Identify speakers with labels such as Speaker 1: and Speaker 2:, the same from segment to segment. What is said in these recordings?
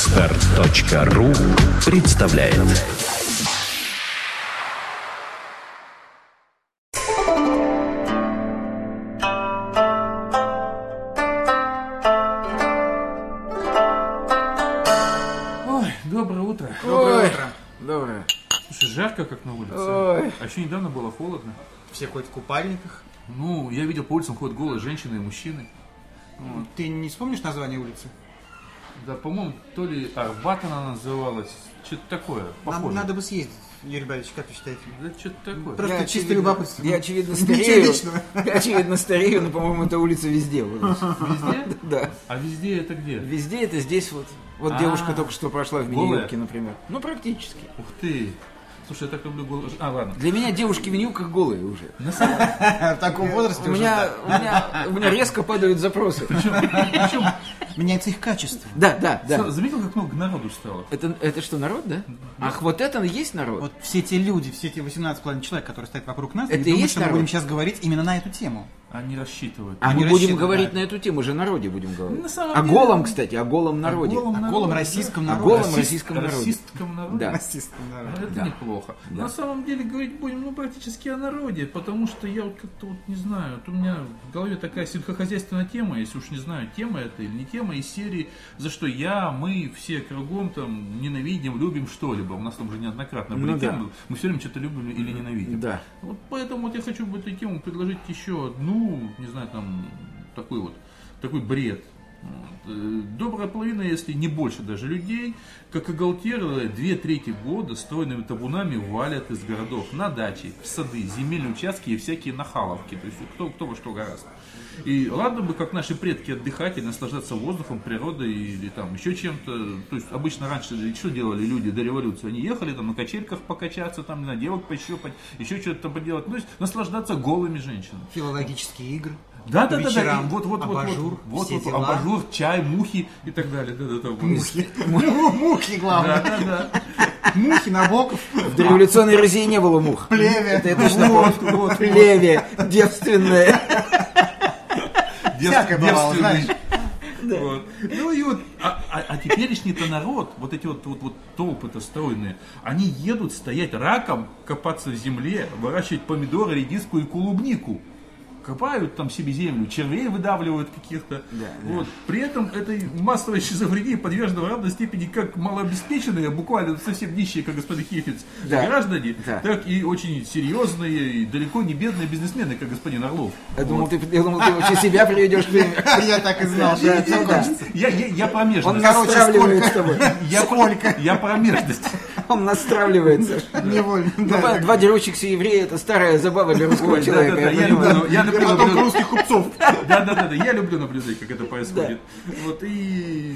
Speaker 1: Отстар.ру представляет
Speaker 2: Ой, доброе утро.
Speaker 3: Доброе
Speaker 4: Ой.
Speaker 3: утро.
Speaker 4: Доброе.
Speaker 2: Слушай, жарко как на улице.
Speaker 4: Ой.
Speaker 2: А еще недавно было холодно.
Speaker 3: Все ходят в купальниках.
Speaker 2: Ну, я видел по улицам ходят голые женщины и мужчины.
Speaker 3: Ты не вспомнишь название улицы?
Speaker 2: Да, по-моему, то ли Арбат она называлась, что-то такое,
Speaker 3: Нам
Speaker 2: похоже.
Speaker 3: надо бы съездить, Юрий Борисович, как вы считаете?
Speaker 2: Да, что-то такое.
Speaker 3: Просто
Speaker 4: Я,
Speaker 3: чисто
Speaker 4: очевидно-
Speaker 3: любопытство.
Speaker 4: Я, очевидно,
Speaker 3: Ничего
Speaker 4: старею.
Speaker 3: личного.
Speaker 4: Ну, Я, очевидно, старею, но, по-моему, это улица везде. вот.
Speaker 2: Везде?
Speaker 4: Да.
Speaker 2: А везде это где?
Speaker 4: Везде это здесь вот. Вот
Speaker 2: А.
Speaker 4: девушка только что прошла в
Speaker 2: Голая?
Speaker 4: мини-юбке, например. Ну, практически.
Speaker 2: Ух ты. Слушай, я так люблю голые... ж- А, ладно.
Speaker 4: Для меня девушки в мини-юбках голые уже.
Speaker 3: В таком возрасте
Speaker 4: У
Speaker 3: уже,
Speaker 4: меня,
Speaker 3: да.
Speaker 4: у, меня, у меня резко падают запросы.
Speaker 2: Причем,
Speaker 3: Меняется их качество.
Speaker 4: Да, да, да.
Speaker 2: заметил, как много народу стало?
Speaker 4: Это, это что, народ, да? Ах, вот это и есть народ?
Speaker 3: Вот все те люди, все те 18 половиной человек, которые стоят вокруг нас,
Speaker 4: Это
Speaker 3: они
Speaker 4: и
Speaker 3: думают,
Speaker 4: есть
Speaker 3: что мы
Speaker 4: народ?
Speaker 3: будем сейчас говорить именно на эту тему.
Speaker 2: Они рассчитывают.
Speaker 4: А
Speaker 3: они
Speaker 4: мы будем
Speaker 3: рассчитаны,
Speaker 4: говорить
Speaker 3: да.
Speaker 4: на эту тему, уже о народе будем говорить.
Speaker 2: На самом
Speaker 4: О
Speaker 2: деле-
Speaker 4: голом, кстати, о голом народе.
Speaker 2: голом
Speaker 3: О
Speaker 2: Народу,
Speaker 3: голом
Speaker 2: да.
Speaker 3: российском
Speaker 4: О
Speaker 3: народе.
Speaker 4: голом
Speaker 3: Расист-
Speaker 4: российском народе.
Speaker 2: Расистском народе.
Speaker 4: Да.
Speaker 3: Российском
Speaker 2: Ну,
Speaker 3: народе.
Speaker 2: это
Speaker 4: Да.
Speaker 2: неплохо. На самом деле говорить будем ну, практически о народе, потому что я вот как-то вот не знаю, вот у меня в голове такая сельскохозяйственная тема, если уж не знаю, тема это или не тема, из серии, за что я, мы все кругом там ненавидим, любим что-либо. У нас там уже неоднократно были
Speaker 4: Ну да.
Speaker 2: темы, мы все время что-то любим или ненавидим.
Speaker 4: Да.
Speaker 2: Вот поэтому вот я хочу бы эту тему предложить еще одну, не знаю, там такой вот, такой бред. Вот. Э, Добрая половина, если не больше даже людей, как оголтерлые, две трети года стройными табунами валят из городов на дачи, в сады, земельные участки и всякие нахаловки. То есть кто, кто во что гораздо. И ладно бы, как наши предки отдыхать и наслаждаться воздухом, природой или там еще чем-то. То есть обычно раньше же что делали люди до революции? Они ехали там на качельках покачаться, там, не знаю, девок пощупать, еще что-то там поделать. Ну, то есть наслаждаться голыми женщинами.
Speaker 3: Филологические игры.
Speaker 2: Да, да, да, да.
Speaker 3: Вечерам,
Speaker 2: Вот, вот, вот,
Speaker 3: абажур,
Speaker 2: вот,
Speaker 3: все
Speaker 2: вот, вот,
Speaker 3: дела.
Speaker 2: абажур, чай, мухи и так далее. Да, да, да. вот.
Speaker 3: Ну, Мухи,
Speaker 2: Да,
Speaker 3: главное.
Speaker 2: да, да.
Speaker 3: Мухи, Набоков,
Speaker 4: В дореволюционной России не было мух.
Speaker 3: плеве.
Speaker 4: Это я точно
Speaker 3: Вот,
Speaker 4: помню.
Speaker 3: вот, вот.
Speaker 4: Плеве, девственное.
Speaker 3: Всякое бывало,
Speaker 2: Девственный.
Speaker 3: знаешь.
Speaker 2: Вот. Ну и вот, а, а- а теперешний-то народ, вот эти вот, вот, вот толпы-то стройные, они едут стоять раком, копаться в земле, выращивать помидоры, редиску и клубнику. Копают там себе землю, червей выдавливают каких-то. вот. При этом этой массовой шизофрении подвержена в равной степени как малообеспеченные, буквально совсем нищие, как господин Хефиц,
Speaker 4: Да.
Speaker 2: граждане,
Speaker 4: Да.
Speaker 2: так и очень серьезные и далеко не бедные бизнесмены, как господин Орлов.
Speaker 4: Я думал, ты, я думал, ты вообще себя приведешь к примеру.
Speaker 3: А Я так и знал, что это закончится.
Speaker 2: Я, я, я промежность.
Speaker 4: Он
Speaker 3: Короче,
Speaker 4: настравливает с
Speaker 3: сколько?
Speaker 4: тобой.
Speaker 2: Я
Speaker 3: Сколько?
Speaker 2: про- Я промежность.
Speaker 4: Он настравливается.
Speaker 3: Невольно. да.
Speaker 4: Два, два дерущихся еврея – это старая забава для русского
Speaker 2: Ой,
Speaker 4: человека.
Speaker 2: да-да-да,
Speaker 4: я
Speaker 2: я
Speaker 4: понимаю.
Speaker 2: люблю, я люблю
Speaker 3: Потом
Speaker 2: наблюдать.
Speaker 3: русских купцов.
Speaker 2: Да, да, да, да, я люблю наблюдать, как это происходит. Вот и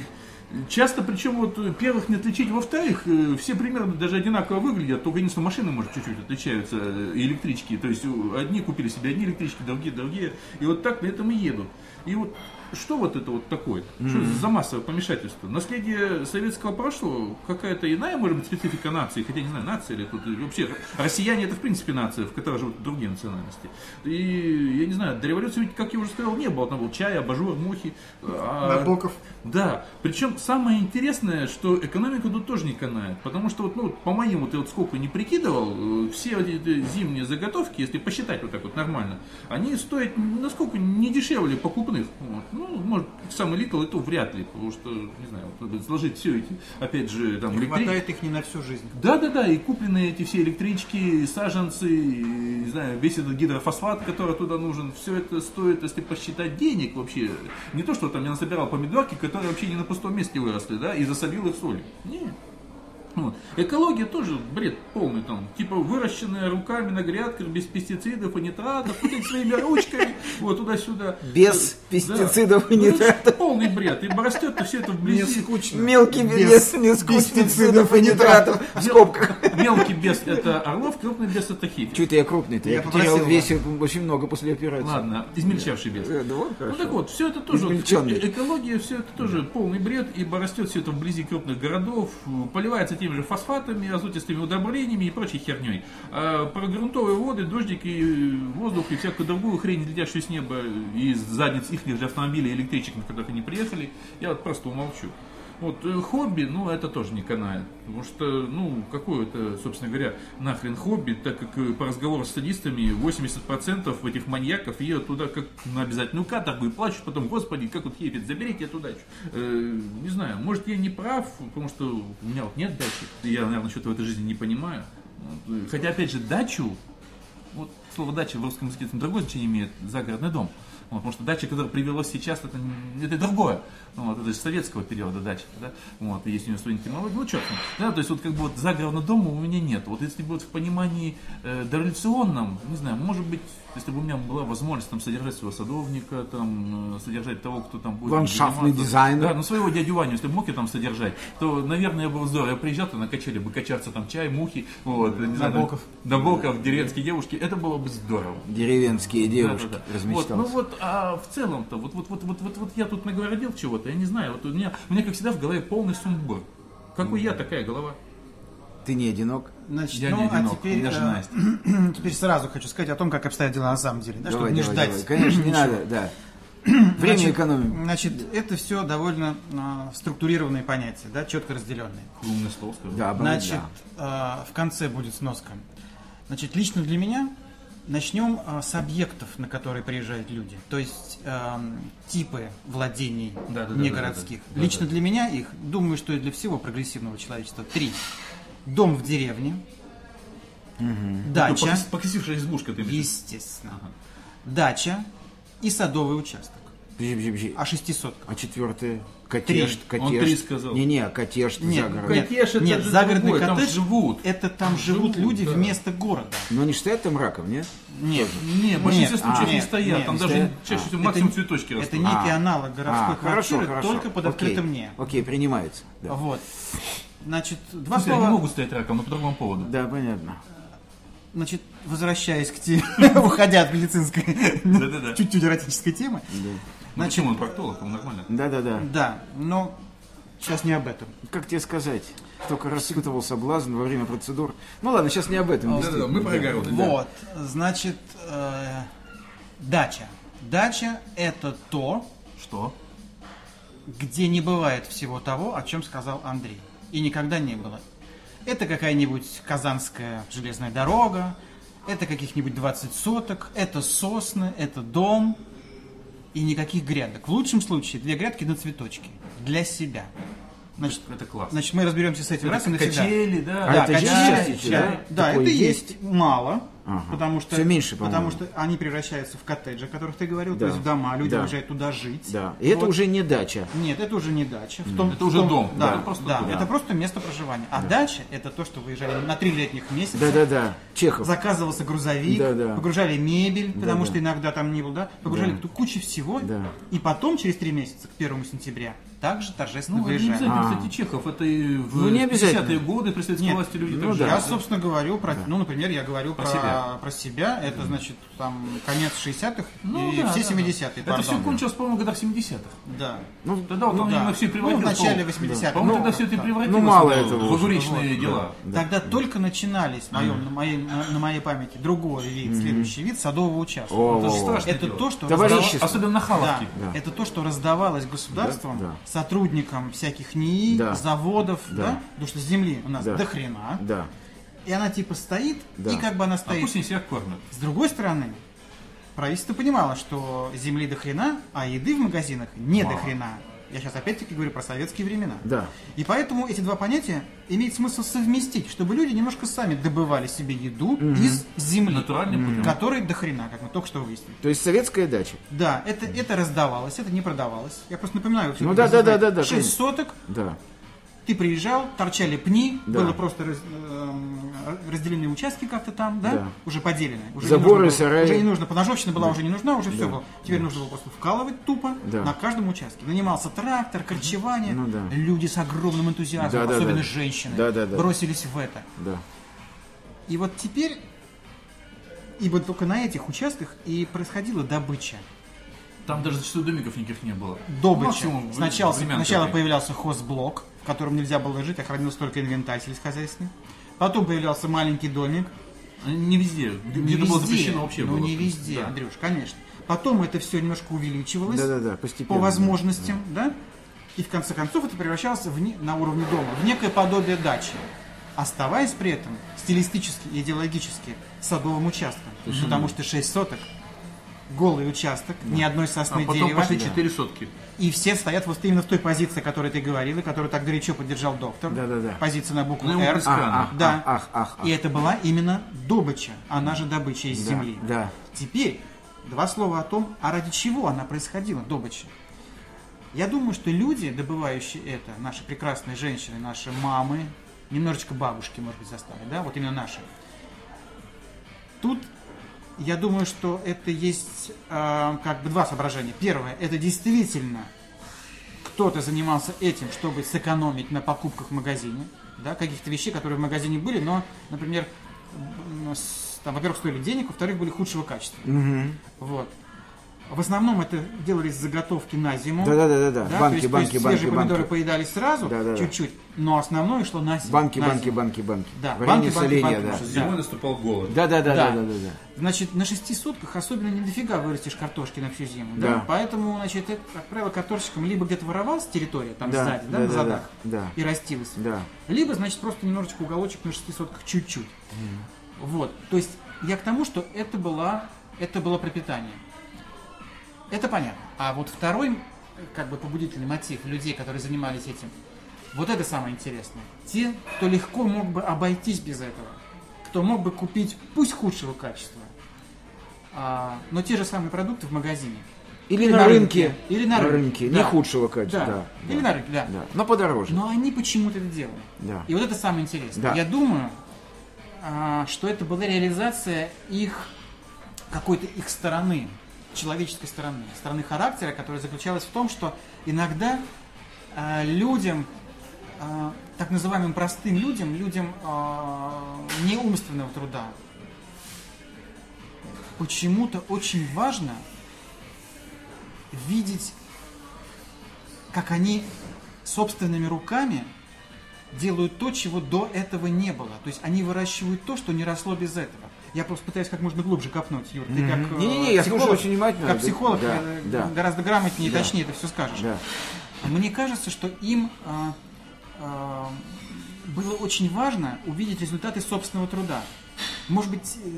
Speaker 2: часто, причем вот э, первых не отличить, во-вторых, э, все примерно даже одинаково выглядят, только единственное машины, может, чуть-чуть отличаются, э, и электрички. То есть у- одни купили себе одни электрички, другие другие, и вот так на этом и едут. И вот что вот это вот такое? Что это за массовое помешательство? Наследие советского прошлого, какая-то иная, может быть, специфика нации, хотя не знаю, нация или тут или вообще. Россияне это в принципе нация, в которой живут другие национальности. И я не знаю, до революции ведь, как я уже сказал, не было. Там был чай, абажур, мухи. а-
Speaker 3: Набоков.
Speaker 2: Да. Причем самое интересное, что экономика тут тоже не канает. Потому что вот, ну, вот по моим вот я вот сколько не прикидывал, э, все вот эти зимние заготовки, если посчитать вот так вот нормально, они стоят насколько не дешевле покупных. Вот. Ну, может, самый литл это вряд ли, потому что, не знаю, вот надо сложить все эти, опять же, там, электри-
Speaker 3: Хватает их не на всю жизнь.
Speaker 2: да, да, да, и куплены эти все электрички, и саженцы, и, не знаю, весь этот гидрофосфат, который туда нужен, все это стоит, если посчитать денег вообще. Не то, что там я насобирал помидорки, которые вообще не на пустом месте выросли, да, и засолил их солью. Нет. Вот. Экология тоже бред полный там. Типа выращенная руками на грядках, без пестицидов и нитратов, вот этими своими ручками, вот туда-сюда.
Speaker 4: Без
Speaker 2: Да.
Speaker 4: пестицидов и
Speaker 2: Ну, это ж
Speaker 4: нитратов.
Speaker 2: Полный бред. И растет-то все это вблизи.
Speaker 4: Мелкий без,
Speaker 3: Без
Speaker 4: не скучных
Speaker 3: пестицидов
Speaker 4: и нитратов.
Speaker 2: Мел-
Speaker 4: В скобках.
Speaker 2: Мелкий бес это Орлов, крупный бес это Хитин.
Speaker 4: Чего-то я крупный-то. Я,
Speaker 3: Я
Speaker 4: потерял
Speaker 3: попросил,
Speaker 4: весе очень много после операции.
Speaker 2: Ладно, измельчавший бес.
Speaker 4: Э, да, вот
Speaker 2: Ну
Speaker 4: хорошо.
Speaker 2: так вот, все это тоже, вот,
Speaker 4: Измельченный.
Speaker 2: э- экология, все это тоже полный бред, ибо растет все это вблизи крупных городов, э, поливается теми же фосфатами, азотистыми удобрениями и прочей херней. А про грунтовые воды, дождики, э, воздух и всякую другую хрень, летящую с неба э, из задниц их же автомобилей и электричек, на которых они приехали, я вот просто умолчу. Вот э, хобби, ну это тоже не канает, потому что, ну, какое это, собственно говоря, нахрен хобби, так как э, по разговору с садистами 80% этих маньяков едут туда как на обязательную каторгу и плачут потом, господи, как вот Хефит, заберите эту дачу. Э, не знаю, может я не прав, потому что у меня вот нет дачи, я, наверное, что-то в этой жизни не понимаю. Вот, э, Хотя, опять же, дачу вот слово дача в русском языке это другое значение имеет загородный дом. Вот, потому что дача, которая привелась сейчас, это, не- это другое. Ну, Вот, это же советского периода дача, да? Вот, и есть у него студент технологии, ну, черт с ним. Да, то есть, вот, как бы, вот, загородного дома у меня нет. Вот, если бы вот в понимании э, дореволюционном, не знаю, может быть, если бы у меня была возможность там содержать своего садовника, там, э, содержать того, кто там будет...
Speaker 4: Ландшафтный
Speaker 2: заниматься.
Speaker 4: дизайнер.
Speaker 2: Да, ну, своего дядю Ваню, если бы мог я там содержать, то, наверное, я бы здорово. Я приезжал, то на качели бы качаться, там, чай, мухи, вот, не знаю, там,
Speaker 3: Набоков.
Speaker 2: Набоков, деревенские девушки, это было бы здорово.
Speaker 4: Деревенские девушки
Speaker 2: Да-да-да. Вот, ну
Speaker 4: размечтался.
Speaker 2: вот, а в целом-то, вот, вот, вот, вот, вот, вот я тут наговорил чего-то, я не знаю, вот у меня, у меня, как всегда, в голове полный сумбур. Какой я, такая голова.
Speaker 4: Ты не одинок?
Speaker 3: Значит,
Speaker 2: Я
Speaker 3: ну,
Speaker 2: не одинок,
Speaker 3: а теперь,
Speaker 2: у меня
Speaker 3: э,
Speaker 2: жена есть.
Speaker 3: теперь сразу хочу сказать о том, как обстоят дела на самом деле, да,
Speaker 4: давай,
Speaker 3: чтобы не
Speaker 4: давай,
Speaker 3: ждать.
Speaker 4: давай. Конечно, не надо, да. Время
Speaker 3: Значит,
Speaker 4: экономим.
Speaker 3: Значит, это все довольно а, структурированные понятия, да, четко разделенные.
Speaker 2: Умное слово сказал.
Speaker 4: Да, борода.
Speaker 3: Значит, а, в конце будет сноска. Значит, лично для меня начнем а, с объектов, на которые приезжают люди. То есть эм, типы владений
Speaker 2: Да-да-да-да-да-да.
Speaker 3: негородских.
Speaker 2: Да-да.
Speaker 3: лично для меня их, думаю, что и для всего прогрессивного человечества, три. Дом в деревне.
Speaker 2: Ну,
Speaker 3: Дача.
Speaker 2: покос- Покосившая избушка, ты имеешь в виду?
Speaker 3: Естественно. Дача и садовый участок.
Speaker 4: Бжи, бжи, бжи.
Speaker 3: А шестисотка.
Speaker 4: А четвертое? Котеж,
Speaker 2: Он
Speaker 4: котеж.
Speaker 2: три сказал.
Speaker 4: Не-не, котеж ты
Speaker 3: Нет,
Speaker 4: загород.
Speaker 3: ну,
Speaker 2: Котеж это
Speaker 3: нет,
Speaker 2: же
Speaker 3: загородный
Speaker 2: другое, там
Speaker 3: коттедж
Speaker 2: живут.
Speaker 3: Это там
Speaker 2: Живут,
Speaker 3: живут, люди
Speaker 2: Ну, да.
Speaker 3: вместо города.
Speaker 4: Но они же стоят там раком, нет?
Speaker 3: Нет,
Speaker 2: Не, в большинстве
Speaker 3: Нет,
Speaker 2: случаев
Speaker 3: а,
Speaker 2: не
Speaker 3: нет,
Speaker 2: стоят,
Speaker 3: нет,
Speaker 2: там
Speaker 3: не
Speaker 2: даже
Speaker 4: стоят.
Speaker 2: чаще
Speaker 4: А.
Speaker 2: всего
Speaker 3: Это
Speaker 2: максимум
Speaker 3: не-
Speaker 2: цветочки растут.
Speaker 3: это некий аналог городской
Speaker 4: А, хорошо,
Speaker 3: квартиры,
Speaker 4: хорошо.
Speaker 3: только под
Speaker 4: Окей.
Speaker 3: открытым небом.
Speaker 4: Окей, принимается. Да,
Speaker 3: Вот. Значит, два
Speaker 2: Слушай,
Speaker 3: слова.
Speaker 2: они могут стоять раком, но по другому поводу.
Speaker 4: Да, понятно.
Speaker 3: Значит, возвращаясь к теме, уходя от медицинской,
Speaker 2: Да-да-да.
Speaker 3: чуть-чуть эротической темы.
Speaker 2: Ну, почему он проктолог, он нормально.
Speaker 4: Да-да-да.
Speaker 3: Да, но сейчас не об этом.
Speaker 4: Как тебе сказать? Только распытывал соблазн во время процедур. Ну ладно, сейчас не об этом. действительно.
Speaker 2: мы про огороды.
Speaker 3: Вот, значит, э, дача. Дача – это то,
Speaker 2: Что?
Speaker 3: где не бывает всего того, о чем сказал Андрей. И никогда не было. Это какая-нибудь казанская железная дорога, это каких-нибудь 20 соток, это сосны, это дом и никаких грядок. В лучшем случае две грядки на цветочки для себя. Значит,
Speaker 2: Это классно.
Speaker 3: значит мы разберемся с этим раз и навсегда.
Speaker 2: Качели, да.
Speaker 4: А
Speaker 3: Да,
Speaker 4: это
Speaker 3: качели,
Speaker 4: есть сейчас,
Speaker 3: качели.
Speaker 4: да?
Speaker 3: Да,
Speaker 4: Такое
Speaker 3: это
Speaker 4: есть?
Speaker 3: есть, мало,
Speaker 4: Ага.
Speaker 3: потому что
Speaker 4: Всё меньше,
Speaker 3: потому
Speaker 4: по-моему.
Speaker 3: что они превращаются в коттеджи, о которых ты говорил,
Speaker 4: Да.
Speaker 3: то есть в дома, люди
Speaker 4: Да.
Speaker 3: уезжают туда жить.
Speaker 4: Да. И это
Speaker 3: Вот.
Speaker 4: уже не дача.
Speaker 3: Нет, это уже не дача. В том,
Speaker 2: Это
Speaker 3: в
Speaker 2: уже
Speaker 3: том-
Speaker 2: дом.
Speaker 3: Да,
Speaker 2: Это
Speaker 3: да,
Speaker 2: просто
Speaker 3: да,
Speaker 2: дом.
Speaker 3: это просто место проживания. А дача это то, что выезжали на три летних месяца.
Speaker 4: Да-да-да. Чехов.
Speaker 3: Заказывался грузовик,
Speaker 4: Да, да.
Speaker 3: погружали мебель, потому
Speaker 4: да.
Speaker 3: что иногда там не было, да, погружали
Speaker 4: Да.
Speaker 3: ту кучу всего,
Speaker 4: Да.
Speaker 3: и потом через три месяца, к первому сентября, также торжественно
Speaker 2: Ну, это не
Speaker 3: выезжали.
Speaker 2: обязательно, кстати, Чехов. Это и в
Speaker 4: Ну, не обязательно.
Speaker 2: 50-е годы при советской
Speaker 3: Нет,
Speaker 2: власти люди
Speaker 4: ну
Speaker 2: так
Speaker 4: да.
Speaker 2: жили.
Speaker 3: Я, собственно, говорю про, ну, например, я говорю про,
Speaker 2: себя.
Speaker 3: про себя. Это, значит, там конец 60-х
Speaker 2: Ну,
Speaker 3: и
Speaker 2: да, да, да.
Speaker 3: все 70-е.
Speaker 2: Это все
Speaker 3: пардон.
Speaker 2: кончилось, по-моему, в годах 70-х.
Speaker 3: Да.
Speaker 4: Ну,
Speaker 2: Тогда вот он
Speaker 3: да.
Speaker 2: именно все и превратил.
Speaker 3: Ну, в начале
Speaker 2: по-моему.
Speaker 3: 80-х.
Speaker 2: По-моему,
Speaker 3: Ну,
Speaker 2: тогда все это и
Speaker 3: да.
Speaker 2: превратилось
Speaker 4: Ну, мало
Speaker 2: в
Speaker 4: этого уже.
Speaker 2: огуречные дела.
Speaker 3: Тогда только начинались в моем- на, моей, на, на моей памяти другой вид, следующий вид садового участка.
Speaker 4: О,
Speaker 2: Это же
Speaker 4: о, о.
Speaker 2: страшное
Speaker 3: Это
Speaker 2: дело.
Speaker 3: то, что
Speaker 4: Товарищи,
Speaker 3: раздава-
Speaker 4: Количество.
Speaker 2: Особенно на Халовке.
Speaker 3: Да, Это то, что раздавалось государством,
Speaker 4: Да, да.
Speaker 3: сотрудникам всяких НИИ,
Speaker 4: Да.
Speaker 3: заводов,
Speaker 4: Да.
Speaker 3: да. потому что земли у нас
Speaker 4: Да.
Speaker 3: до хрена.
Speaker 4: Да.
Speaker 3: И она типа стоит,
Speaker 4: Да.
Speaker 3: и как бы она
Speaker 2: А
Speaker 3: стоит.
Speaker 2: пусть они себя кормят.
Speaker 3: С другой стороны, правительство понимало, что земли до хрена, а еды в магазинах не до хрена. Я сейчас опять-таки говорю про советские времена.
Speaker 4: Да.
Speaker 3: И поэтому эти два понятия имеет смысл совместить, чтобы люди немножко сами добывали себе еду из земли,
Speaker 2: Натуральным путем.
Speaker 3: которой до хрена, как мы только что выяснили.
Speaker 4: То есть советская дача.
Speaker 3: Да, это, это раздавалось, это не продавалось. Я просто напоминаю. всё
Speaker 4: Ну
Speaker 3: это
Speaker 4: да, да,
Speaker 3: знает.
Speaker 4: да, да, да,
Speaker 3: Шесть
Speaker 4: конечно.
Speaker 3: соток,
Speaker 4: Да.
Speaker 3: ты приезжал, торчали пни,
Speaker 4: Да.
Speaker 3: было просто раз- эм, разделены участки как-то там, да?
Speaker 4: Да.
Speaker 3: Уже поделены. Уже не
Speaker 4: Заборы,
Speaker 3: нужно было-
Speaker 4: сараи.
Speaker 3: Уже не нужно, поножовщина была уже не нужна, уже все было. Теперь нужно было просто вкалывать тупо
Speaker 4: Да.
Speaker 3: на каждом участке. Нанимался трактор, корчевание.
Speaker 4: Ну да.
Speaker 3: Люди с огромным энтузиазмом,
Speaker 4: Да, да,
Speaker 3: особенно
Speaker 4: да.
Speaker 3: женщины,
Speaker 4: Да, да, да.
Speaker 3: бросились в это.
Speaker 4: Да.
Speaker 3: И вот теперь, и вот только на этих участках и происходила добыча.
Speaker 2: Там даже зачастую домиков никаких не было.
Speaker 3: Добыча.
Speaker 2: Максимум
Speaker 3: сначала
Speaker 2: времянки.
Speaker 3: сначала появлялся хозблок, в в котором нельзя было жить, а хранился только инвентарь сельскохозяйственный. Потом появлялся маленький домик,
Speaker 2: Не везде.
Speaker 3: Не
Speaker 2: Где-то было запрещено вообще. было.
Speaker 3: ну, не везде,
Speaker 2: Да.
Speaker 3: Андрюш, конечно. Потом это все немножко увеличивалось
Speaker 4: Да-да-да,
Speaker 3: по
Speaker 4: постепенно.
Speaker 3: возможностям, да? И в конце концов это превращалось в не- на уровне дома в некое подобие дачи, оставаясь при этом стилистически и идеологически садовым участком. Потому что 6 соток, голый участок, ни одной
Speaker 2: А
Speaker 3: сосны
Speaker 2: потом
Speaker 3: дерева,
Speaker 2: пошли четыре сотки.
Speaker 3: и все стоят вот именно в той позиции, о которой ты говорил, и которую так горячо поддержал доктор.
Speaker 4: Да-да-да.
Speaker 3: Позиция на букву
Speaker 2: Ну,
Speaker 3: «Р».
Speaker 2: упрыскали.
Speaker 4: Ах, А, ах,
Speaker 3: Да.
Speaker 4: ах, ах, ах.
Speaker 3: И это была именно добыча, она же добыча из
Speaker 4: Да,
Speaker 3: земли.
Speaker 4: да.
Speaker 3: Теперь два слова о том, а ради чего она происходила, добыча. Я думаю, что люди, добывающие это, наши прекрасные женщины, наши мамы, немножечко бабушки, может быть, застали, да, вот именно наши. Тут я думаю, что это есть э, как бы два соображения. Первое, это действительно кто-то занимался этим, чтобы сэкономить на покупках в магазине, да, каких-то вещей, которые в магазине были, но, например, м, с- там, во-первых, стоили денег, во-вторых, были худшего качества. Вот. В основном это делались заготовки на зиму.
Speaker 4: Да-да-да-да-да.
Speaker 3: то
Speaker 4: Банки,
Speaker 3: есть- то
Speaker 4: банки,
Speaker 3: есть
Speaker 4: банки,
Speaker 3: Свежие помидоры
Speaker 4: банки.
Speaker 3: поедались сразу,
Speaker 4: Да-да-да.
Speaker 3: чуть-чуть, но основное шло на зиму.
Speaker 4: Банки,
Speaker 3: на
Speaker 4: банки,
Speaker 3: зиму.
Speaker 4: банки, банки.
Speaker 3: Да,
Speaker 4: Варенье,
Speaker 3: банки, банки,
Speaker 4: соленья,
Speaker 3: банки,
Speaker 4: да.
Speaker 3: потому что
Speaker 2: Зимой наступал голод.
Speaker 4: Да, да, да, да,
Speaker 3: Да.
Speaker 4: да, да, да.
Speaker 3: Значит, на шести сотках особенно не дофига вырастешь картошки на всю зиму. Да.
Speaker 4: Да.
Speaker 3: Поэтому, значит, это, как правило, картошечкам либо где-то воровалась территория, там
Speaker 4: Да,
Speaker 3: сзади, да,
Speaker 4: да,
Speaker 3: на
Speaker 4: да,
Speaker 3: задах,
Speaker 4: да, да.
Speaker 3: и растилась.
Speaker 4: Да.
Speaker 3: Либо, значит, просто немножечко уголочек на шести сотках, чуть-чуть. Вот. То есть я к тому, что это, была, это было пропитание. Это понятно. А вот второй, э, как бы, побудительный мотив людей, которые занимались этим, вот это самое интересное. Те, кто легко мог бы обойтись без этого, кто мог бы купить, пусть худшего качества, а, но те же самые продукты в магазине.
Speaker 4: Или на рынке.
Speaker 3: Или на рынке.
Speaker 4: Не
Speaker 3: да.
Speaker 4: худшего качества.
Speaker 3: Да.
Speaker 4: да,
Speaker 3: Или
Speaker 4: да,
Speaker 3: на рынке, Ну, да.
Speaker 4: да. Но подороже.
Speaker 3: Но они почему-то это делали.
Speaker 4: Да.
Speaker 3: И вот это самое интересное.
Speaker 4: Да.
Speaker 3: Я думаю, а, что это была реализация их какой-то их стороны, человеческой стороны, стороны характера, которая заключалась в том, что иногда а, людям, а, так называемым простым людям, людям а, неумственного труда, почему-то очень важно видеть, как они собственными руками делают то, чего до этого не было. То есть они выращивают то, что не росло без этого. Я просто пытаюсь как можно глубже копнуть, Юр. Ты как э,
Speaker 4: Не-не-не, я
Speaker 3: психолог,
Speaker 4: слушаю очень внимательно.
Speaker 3: Как психолог
Speaker 4: Да,
Speaker 3: э,
Speaker 4: да.
Speaker 3: гораздо грамотнее и точнее это все скажешь.
Speaker 4: Да.
Speaker 3: Мне кажется, что им а, а, было очень важно увидеть результаты собственного труда. Может быть, э,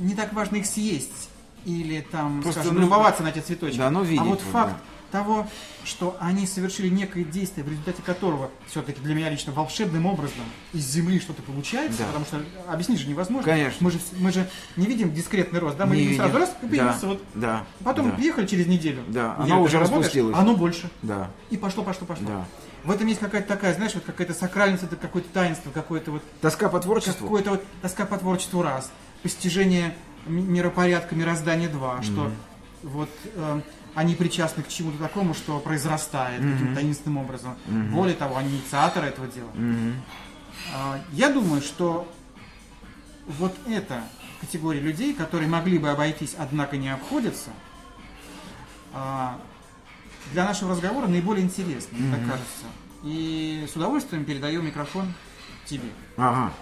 Speaker 3: не так важно их съесть или там,
Speaker 4: Просто
Speaker 3: скажем,
Speaker 4: нужно-
Speaker 3: любоваться на эти цветочки.
Speaker 4: Да, ну, видеть
Speaker 3: а вот
Speaker 4: вот,
Speaker 3: факт того, что они совершили некое действие, в результате которого все-таки для меня лично волшебным образом из земли что-то получается,
Speaker 4: Да.
Speaker 3: потому что объяснить же невозможно.
Speaker 4: Конечно.
Speaker 3: Мы же, мы же не видим дискретный рост, да? а Мы
Speaker 4: Не
Speaker 3: видим сразу
Speaker 4: видим.
Speaker 3: раз и появился
Speaker 4: Да,
Speaker 3: вот.
Speaker 4: да,
Speaker 3: Потом
Speaker 4: да.
Speaker 3: приехали через неделю.
Speaker 4: Да,
Speaker 3: Неделю
Speaker 4: оно
Speaker 3: ты
Speaker 4: уже
Speaker 3: работаешь,
Speaker 4: распустилось.
Speaker 3: а Оно больше.
Speaker 4: Да.
Speaker 3: И пошло, пошло, пошло.
Speaker 4: Да.
Speaker 3: В этом есть какая-то такая, знаешь, вот какая-то сакральность, это какое-то таинство, какое-то вот,
Speaker 4: Тоска по творчеству.
Speaker 3: какое-то вот тоска по творчеству раз, постижение ми- миропорядка, мироздания два, что вот э, они причастны к чему-то такому, что произрастает каким-то таинственным образом. Более того, они инициаторы этого дела. А, Я думаю, что вот эта категория людей, которые могли бы обойтись, однако не обходятся, а, для нашего разговора наиболее интересно, мне так кажется. И с удовольствием передаю микрофон тебе.
Speaker 4: Ага.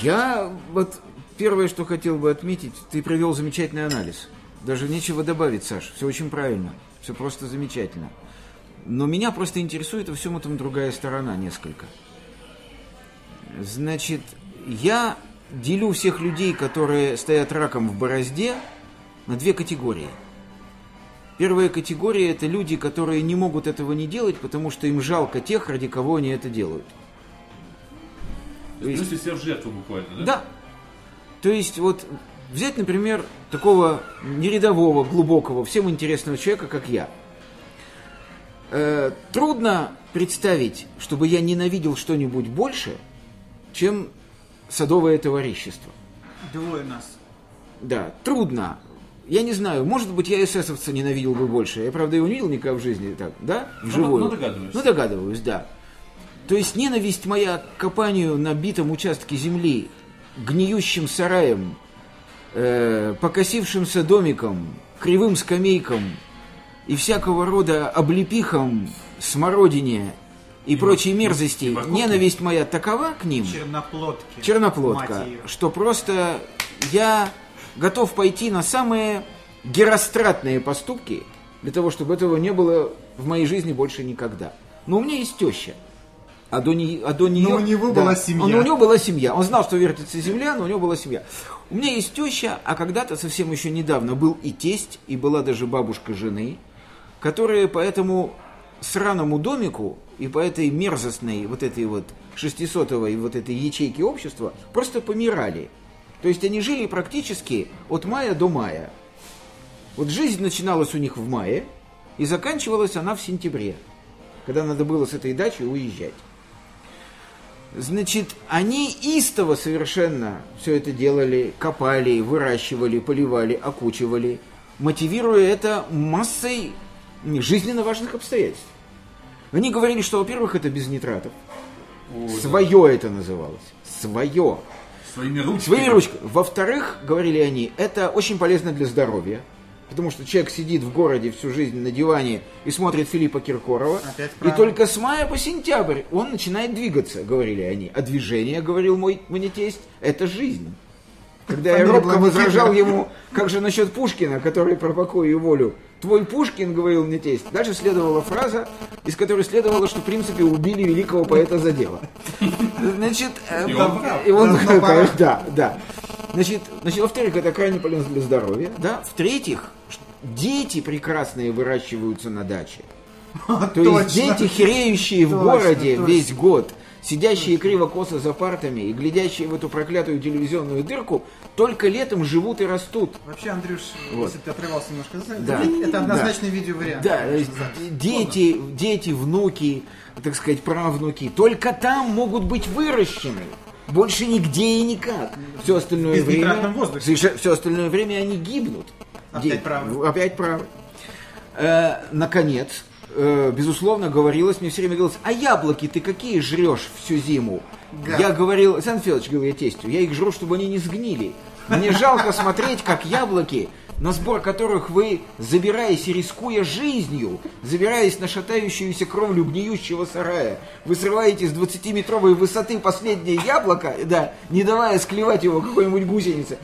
Speaker 4: Я вот первое, что хотел бы отметить, ты провел замечательный анализ. Даже нечего добавить, Саш. Все очень правильно. Все просто замечательно. Но меня просто интересует во всем этом другая сторона несколько. Значит, я делю всех людей, которые стоят раком в борозде, на две категории. Первая категория – это люди, которые не могут этого не делать, потому что им жалко тех, ради кого они это делают. То есть-
Speaker 2: Приносит себя Ну, в жертву буквально, да?
Speaker 4: да. То есть вот взять, например, такого нерядового, глубокого, всем интересного человека, как я. Э, трудно представить, чтобы я ненавидел что-нибудь больше, чем садовое товарищество.
Speaker 3: Двое нас.
Speaker 4: Да, трудно. Я не знаю, может быть, я эсэсовца ненавидел бы больше. Я, правда, его не видел никогда в жизни, так, да? Вживую.
Speaker 2: ну, догадываюсь.
Speaker 4: Ну, догадываюсь, да. То есть ненависть моя к копанию на битом участке земли, гниющим сараем, э, покосившимся домиком, кривым скамейкам и всякого рода облепихам, смородине и и, прочей мерзости,
Speaker 2: и морковки.
Speaker 4: ненависть моя такова к ним,
Speaker 3: Черноплодки.
Speaker 4: черноплодка,
Speaker 3: Мать её.
Speaker 4: что просто я готов пойти на самые геростратные поступки для того, чтобы этого не было в моей жизни больше никогда. Но у меня есть теща. А до, не- а до нее...
Speaker 5: у него была семья.
Speaker 4: Он- у него была семья. Он знал, что вертится земля, но у него была семья. У меня есть теща, а когда-то совсем еще недавно был и тесть, и была даже бабушка жены, которые по этому сраному домику и по этой мерзостной вот этой вот шестисотовой вот этой ячейке общества просто помирали. То есть они жили практически от мая до мая. Вот жизнь начиналась у них в мае, и заканчивалась она в сентябре, когда надо было с этой дачи уезжать. Значит, они истово совершенно все это делали, копали, выращивали, поливали, окучивали, мотивируя это массой жизненно важных обстоятельств. Они говорили, что, во-первых, это без нитратов. Свое это называлось. Свое.
Speaker 2: Своими ручками.
Speaker 4: Своей ручкой. Во-вторых, говорили они, это очень полезно для здоровья. Потому что человек сидит в городе всю жизнь на диване и смотрит Филиппа Киркорова.
Speaker 3: Опять
Speaker 4: и
Speaker 3: правда.
Speaker 4: только с мая по сентябрь он начинает двигаться, говорили они. А движение, говорил мой мне тесть, это жизнь. Когда я
Speaker 5: Фамилия
Speaker 4: робко
Speaker 5: была
Speaker 4: возражал
Speaker 5: Никита.
Speaker 4: ему, как же насчет Пушкина, который про покой и волю. Твой Пушкин, говорил мне тесть. Дальше следовала фраза, из которой следовало, что в принципе убили великого поэта за дело. Значит, э,
Speaker 2: И он
Speaker 4: там-
Speaker 2: прав.
Speaker 4: и он,
Speaker 5: Давно пора.
Speaker 4: да, да. Значит, значит, во-вторых, это крайне полезно для здоровья, да. В-третьих, ш- дети прекрасные выращиваются на даче. То есть
Speaker 5: Точно.
Speaker 4: дети, хереющие в
Speaker 5: Точно,
Speaker 4: городе
Speaker 5: точно.
Speaker 4: весь год, сидящие криво-косо за партами и глядящие в эту проклятую телевизионную дырку, только летом живут и растут.
Speaker 3: Вообще, Андрюш,
Speaker 4: Вот.
Speaker 3: если ты отрывался немножко,
Speaker 4: Да.
Speaker 3: это однозначный видеовариант.
Speaker 4: Да, то есть дети, дети, внуки, так сказать, правнуки, только там могут быть выращены. Больше нигде и никак. Все остальное
Speaker 3: Без
Speaker 4: время...
Speaker 3: нитратном воздухе.
Speaker 4: все остальное время они гибнут.
Speaker 3: Опять
Speaker 4: Дети.
Speaker 3: правы.
Speaker 4: Опять правы. Э, наконец, э, безусловно, говорилось, мне все время говорилось, а яблоки ты какие жрешь всю зиму? Я говорил, Александр Федорович, говорил я тестю, я их жру, чтобы они не сгнили. Мне жалко смотреть, как яблоки, на сбор которых вы, забираясь и рискуя жизнью, забираясь на шатающуюся кровлю гниющего сарая, вы срываете с 20-метровой высоты последнее яблоко, да, не давая склевать его какой-нибудь гусенице.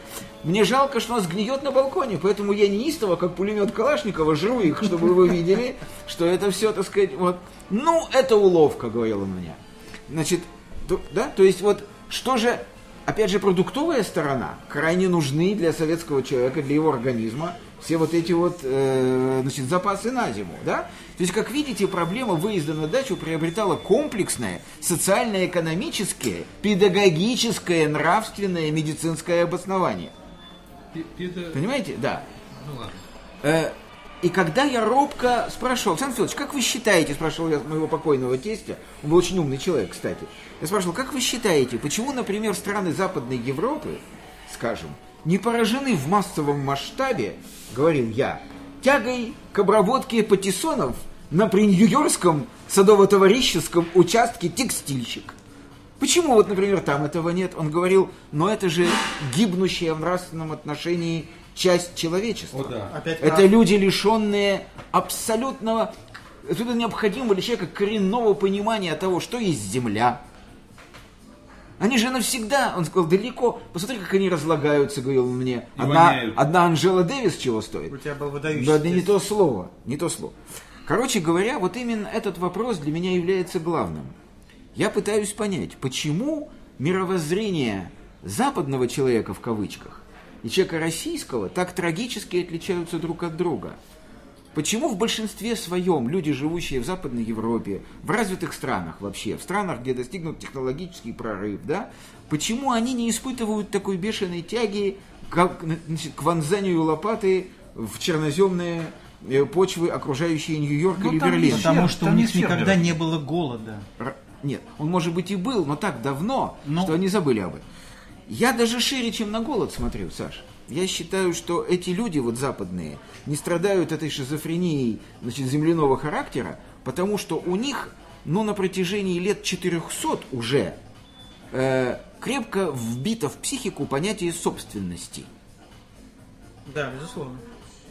Speaker 4: Мне жалко, что он сгниет на балконе, поэтому я неистово, как пулемет Калашникова, жру их, чтобы вы видели, что это все, так сказать, вот. Ну, это уловка, говорил он мне. Значит, то- да, то есть вот что же, опять же, продуктовая сторона крайне нужны для советского человека, для его организма, все вот эти вот, э, значит, запасы на зиму, да? То есть, как видите, проблема выезда на дачу приобретала комплексное, социально-экономическое, педагогическое, нравственное, медицинское обоснование. Понимаете? Да. Э, и когда я робко спрашивал, Александр Федорович, как вы считаете, спрашивал я моего покойного тестя, он был очень умный человек, кстати, я спрашивал, как вы считаете, почему, например, страны Западной Европы, скажем, не поражены в массовом масштабе, говорил я, тягой к обработке патиссонов на при-нью-йоркском садово-товарищеском участке текстильщик? Почему вот, например, там этого нет? Он говорил, но это же гибнущая в нравственном отношении часть человечества.
Speaker 3: Опять
Speaker 4: Это
Speaker 3: прав.
Speaker 4: люди, лишенные абсолютного... Отсюда необходимо для человека коренного понимания того, что есть земля. Они же навсегда, он сказал, далеко. Посмотри, как они разлагаются, говорил он мне.
Speaker 2: И
Speaker 4: Одна,
Speaker 2: воняют.
Speaker 4: одна Анжела Дэвис чего стоит.
Speaker 3: У тебя был выдающийся.
Speaker 4: Да, да не
Speaker 3: тест.
Speaker 4: то слово, не то слово. Короче говоря, вот именно этот вопрос для меня является главным. Я пытаюсь понять, почему мировоззрение западного человека в кавычках и человека российского так трагически отличаются друг от друга. Почему в большинстве своем люди, живущие в Западной Европе, в развитых странах вообще, в странах, где достигнут технологический прорыв, да, почему они не испытывают такой бешеной тяги как, значит, к вонзанию лопаты в черноземные э, почвы, окружающие Нью-Йорк или Берлин?
Speaker 3: Потому
Speaker 2: Черт,
Speaker 3: что у
Speaker 2: там
Speaker 3: них
Speaker 2: черт,
Speaker 3: никогда
Speaker 2: наверное.
Speaker 3: не было голода.
Speaker 4: Р- Нет, он, может быть, и был, но так давно,
Speaker 3: Ну.
Speaker 4: что они забыли об этом. Я даже шире, чем на голод смотрю, Саш. Я считаю, что эти люди, вот западные, не страдают этой шизофренией значит, земляного характера, потому что у них, ну, на протяжении лет 400 уже э, крепко вбито в психику понятие собственности.
Speaker 3: Да, безусловно.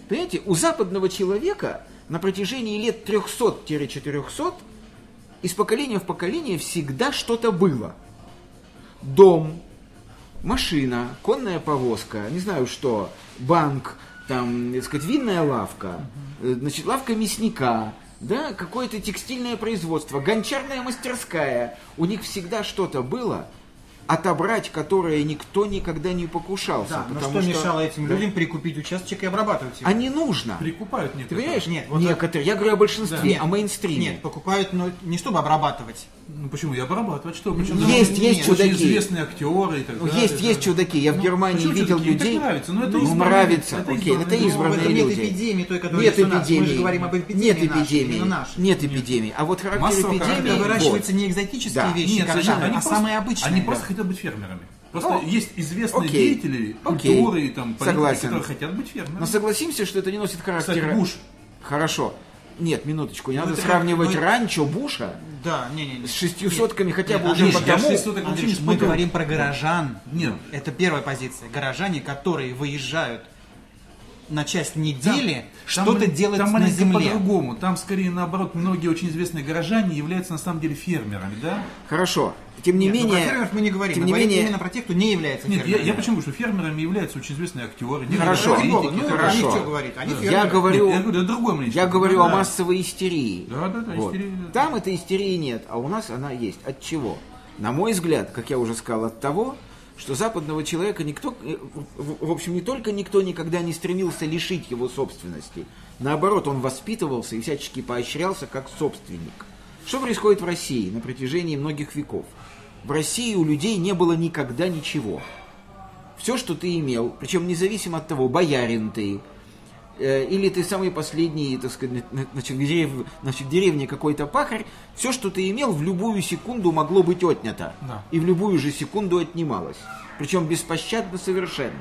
Speaker 4: Понимаете, у западного человека на протяжении лет 300-400 из поколения в поколение всегда что-то было. Дом, машина, конная повозка, не знаю что, банк, там, так сказать, винная лавка, э, значит, лавка мясника, да, какое-то текстильное производство, гончарная мастерская. У них всегда что-то было, отобрать которое никто никогда не покушался.
Speaker 3: Да, но
Speaker 4: потому
Speaker 3: что мешало этим людям прикупить участок и обрабатывать его?
Speaker 4: А не нужно.
Speaker 2: Прикупают
Speaker 4: Ты
Speaker 2: некоторые.
Speaker 4: понимаешь?
Speaker 3: Нет, вот
Speaker 4: Некоторые. Я говорю о большинстве,
Speaker 3: Да.
Speaker 4: о мейнстриме.
Speaker 3: Нет, покупают, но не чтобы обрабатывать.
Speaker 2: Ну почему? Я обрабатывать что? Причем
Speaker 4: Есть,
Speaker 2: там
Speaker 4: есть
Speaker 2: очень
Speaker 4: чудаки.
Speaker 2: известные актеры и так
Speaker 4: Ну,
Speaker 2: далее.
Speaker 4: есть, есть чудаки.
Speaker 3: Ну,
Speaker 4: Я в Германии
Speaker 2: почему
Speaker 4: видел
Speaker 2: чудаки?
Speaker 4: людей.
Speaker 2: Это нравится, но это
Speaker 4: Ну,
Speaker 2: избранные.
Speaker 4: нравится.
Speaker 2: Это
Speaker 4: Окей, ну, это
Speaker 2: избранные.
Speaker 3: Но в
Speaker 4: избранные
Speaker 3: этом нет
Speaker 4: люди.
Speaker 3: эпидемии Ну, той, которая
Speaker 4: Нет
Speaker 3: есть у нас. Мы же
Speaker 4: эпидемии.
Speaker 3: говорим об эпидемии
Speaker 4: Нет
Speaker 3: нашей,
Speaker 4: эпидемии.
Speaker 3: именно нашей.
Speaker 4: Нет эпидемии. А вот характер
Speaker 2: Массового
Speaker 4: эпидемии.
Speaker 2: характера.
Speaker 3: Когда
Speaker 2: Вот.
Speaker 3: выращиваются не экзотические
Speaker 4: Да.
Speaker 3: вещи,
Speaker 2: Нет,
Speaker 3: как
Speaker 2: совершенно.
Speaker 3: там,
Speaker 2: Они
Speaker 3: а
Speaker 2: просто-
Speaker 3: самые обычные.
Speaker 2: Они просто хотят быть фермерами. Просто
Speaker 4: Ну,
Speaker 2: есть известные
Speaker 4: окей.
Speaker 2: деятели,
Speaker 4: Окей.
Speaker 2: культуры и там политики,
Speaker 4: Согласен.
Speaker 2: которые хотят быть фермерами.
Speaker 4: Но согласимся, что это не носит характера.
Speaker 2: Кстати, Буш.
Speaker 4: Хорошо. Нет, минуточку. Не
Speaker 3: Ну,
Speaker 4: надо
Speaker 3: это как-
Speaker 4: сравнивать
Speaker 3: ну,
Speaker 4: ранчо Буша
Speaker 3: Да, не, не, не.
Speaker 4: с шестью сотками хотя бы
Speaker 3: Нет,
Speaker 4: уже
Speaker 2: я
Speaker 3: Андрей,
Speaker 4: потому...
Speaker 2: шесть соток вообще не
Speaker 3: Андрюш, мы
Speaker 2: смотрел.
Speaker 3: говорим про горожан.
Speaker 2: Нет.
Speaker 3: Это первая позиция. Горожане, которые выезжают на часть недели,
Speaker 2: Там
Speaker 3: что-то
Speaker 2: малень-
Speaker 3: делать
Speaker 2: там
Speaker 3: на
Speaker 2: маленько
Speaker 3: земле.
Speaker 2: по-другому. Там скорее наоборот многие очень известные горожане являются на самом деле фермерами, да?
Speaker 4: Хорошо. Тем не
Speaker 3: Нет, ну, про
Speaker 4: менее...
Speaker 3: фермеров мы не говорим.
Speaker 4: тем
Speaker 3: мы
Speaker 4: не
Speaker 3: говорим
Speaker 4: менее-
Speaker 3: именно про тех, кто не является
Speaker 2: Нет, я,
Speaker 3: фермерами.
Speaker 2: я почему? Что фермерами являются очень известные актеры, некоторые
Speaker 4: Хорошо.
Speaker 2: политики.
Speaker 3: Ну,
Speaker 2: Нет,
Speaker 3: про них
Speaker 4: Хорошо.
Speaker 3: что говорить? Они
Speaker 2: Да.
Speaker 3: фермеры.
Speaker 4: Я говорю-
Speaker 2: я говорю о другом мнении.
Speaker 4: Я говорю
Speaker 2: Да.
Speaker 4: о массовой истерии.
Speaker 2: Да, да, да,
Speaker 4: Вот.
Speaker 2: истерия, да.
Speaker 4: Там этой истерии нет, а у нас она есть. От чего? На мой взгляд, как я уже сказал, от того, что западного человека никто, э, в в общем, не только никто никогда не стремился лишить его собственности. Наоборот, он воспитывался и всячески поощрялся как собственник. Что происходит в России на протяжении многих веков? В России у людей не было никогда ничего. Все, что ты имел, причем независимо от того, боярин ты, э, или ты самый последний, так сказать, на- на- значит, в дерев- значит, в деревне какой-то пахарь, все, что ты имел, в любую секунду могло быть отнято.
Speaker 2: Да.
Speaker 4: И в любую же секунду отнималось. Причем беспощадно совершенно.